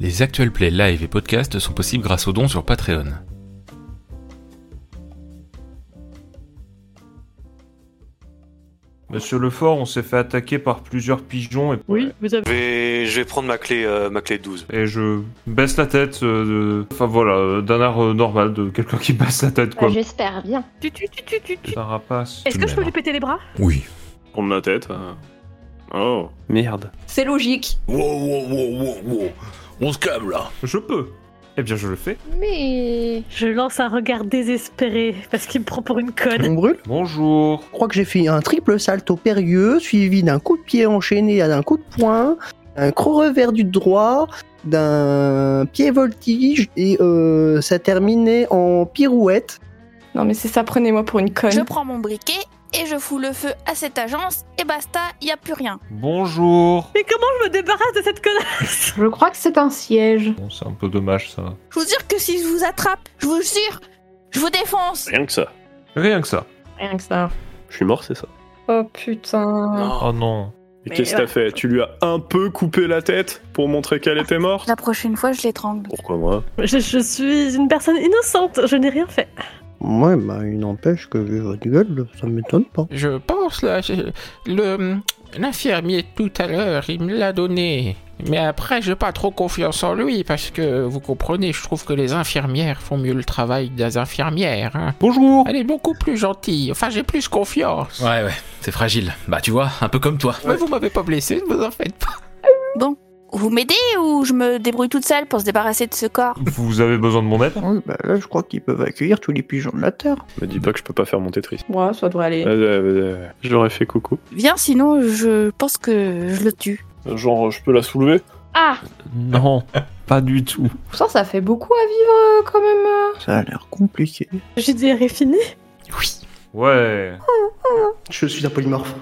Les actuels plays live et podcasts sont possibles grâce aux dons sur Patreon. Monsieur Lefort, on s'est fait attaquer par plusieurs pigeons et, Oui, vous avez. Je vais, je vais prendre ma clé, euh, ma clé 12. et je baisse la tête. euh, de- Enfin voilà, euh, d'un art euh, normal de quelqu'un qui baisse la tête Ah, Bah, quoi. J'espère bien. Tu, tu, tu, tu, tu, tu. C'est un rapace. Est-ce tout que de je peux même. hein. lui péter les bras Oui. Prendre ma tête. euh. Oh, merde. C'est logique. Wow, wow, wow, wow, wow. On se calme là. Je peux. Eh bien je le fais. Mais. Je lance un regard désespéré parce qu'il me prend pour une conne. On brûle. Bonjour. Je crois que j'ai fait un triple salto périlleux, suivi d'un coup de pied enchaîné à un coup de poing, un croc revers du droit, d'un pied voltige, et euh, ça terminait en pirouette. Non, mais c'est ça, prenez-moi pour une conne. Je prends mon briquet et je fous le feu à cette agence et basta, y a plus rien. Bonjour. Mais comment je me débarrasse de cette connasse Je crois que c'est un siège. Bon, c'est un peu dommage ça. Je vous jure que si je vous attrape, je vous jure, je vous défonce. Rien que ça. Rien que ça. Rien que ça. Je suis mort, c'est ça. Oh putain. Oh non. Et Mais qu'est-ce que t'as ouais. fait Tu lui as un peu coupé la tête pour montrer qu'elle était morte La prochaine fois, je l'étrangle. Pourquoi moi je, je suis une personne innocente, je n'ai rien fait. Ouais, bah, il n'empêche que vu votre gueule, ça m'étonne pas. Je pense là, je- le l'infirmier tout à l'heure, il me l'a donné. Mais après, j'ai pas trop confiance en lui parce que vous comprenez, je trouve que les infirmières font mieux le travail des infirmières. hein. Bonjour. Elle est beaucoup plus gentille. Enfin, j'ai plus confiance. Ouais, ouais, c'est fragile. Bah, tu vois, un peu comme toi. Mais vous m'avez pas blessé, ne vous en faites pas. Vous m'aidez ou je me débrouille toute seule pour se débarrasser de ce corps Vous avez besoin de mon aide Oui, bah là, je crois qu'ils peuvent accueillir tous les pigeons de la Terre. Me dis pas que je peux pas faire mon Tetris. Moi, ça doit aller. Vas-y, vas-y, vas-y. Je l'aurais fait coucou. Viens, sinon je pense que je le tue. Genre, je peux la soulever Ah Non, pas du tout. Pourtant, ça fait beaucoup à vivre euh, quand même. euh. Ça a l'air compliqué. J'ai dit, elle est finie Ouais. Je suis un polymorphe.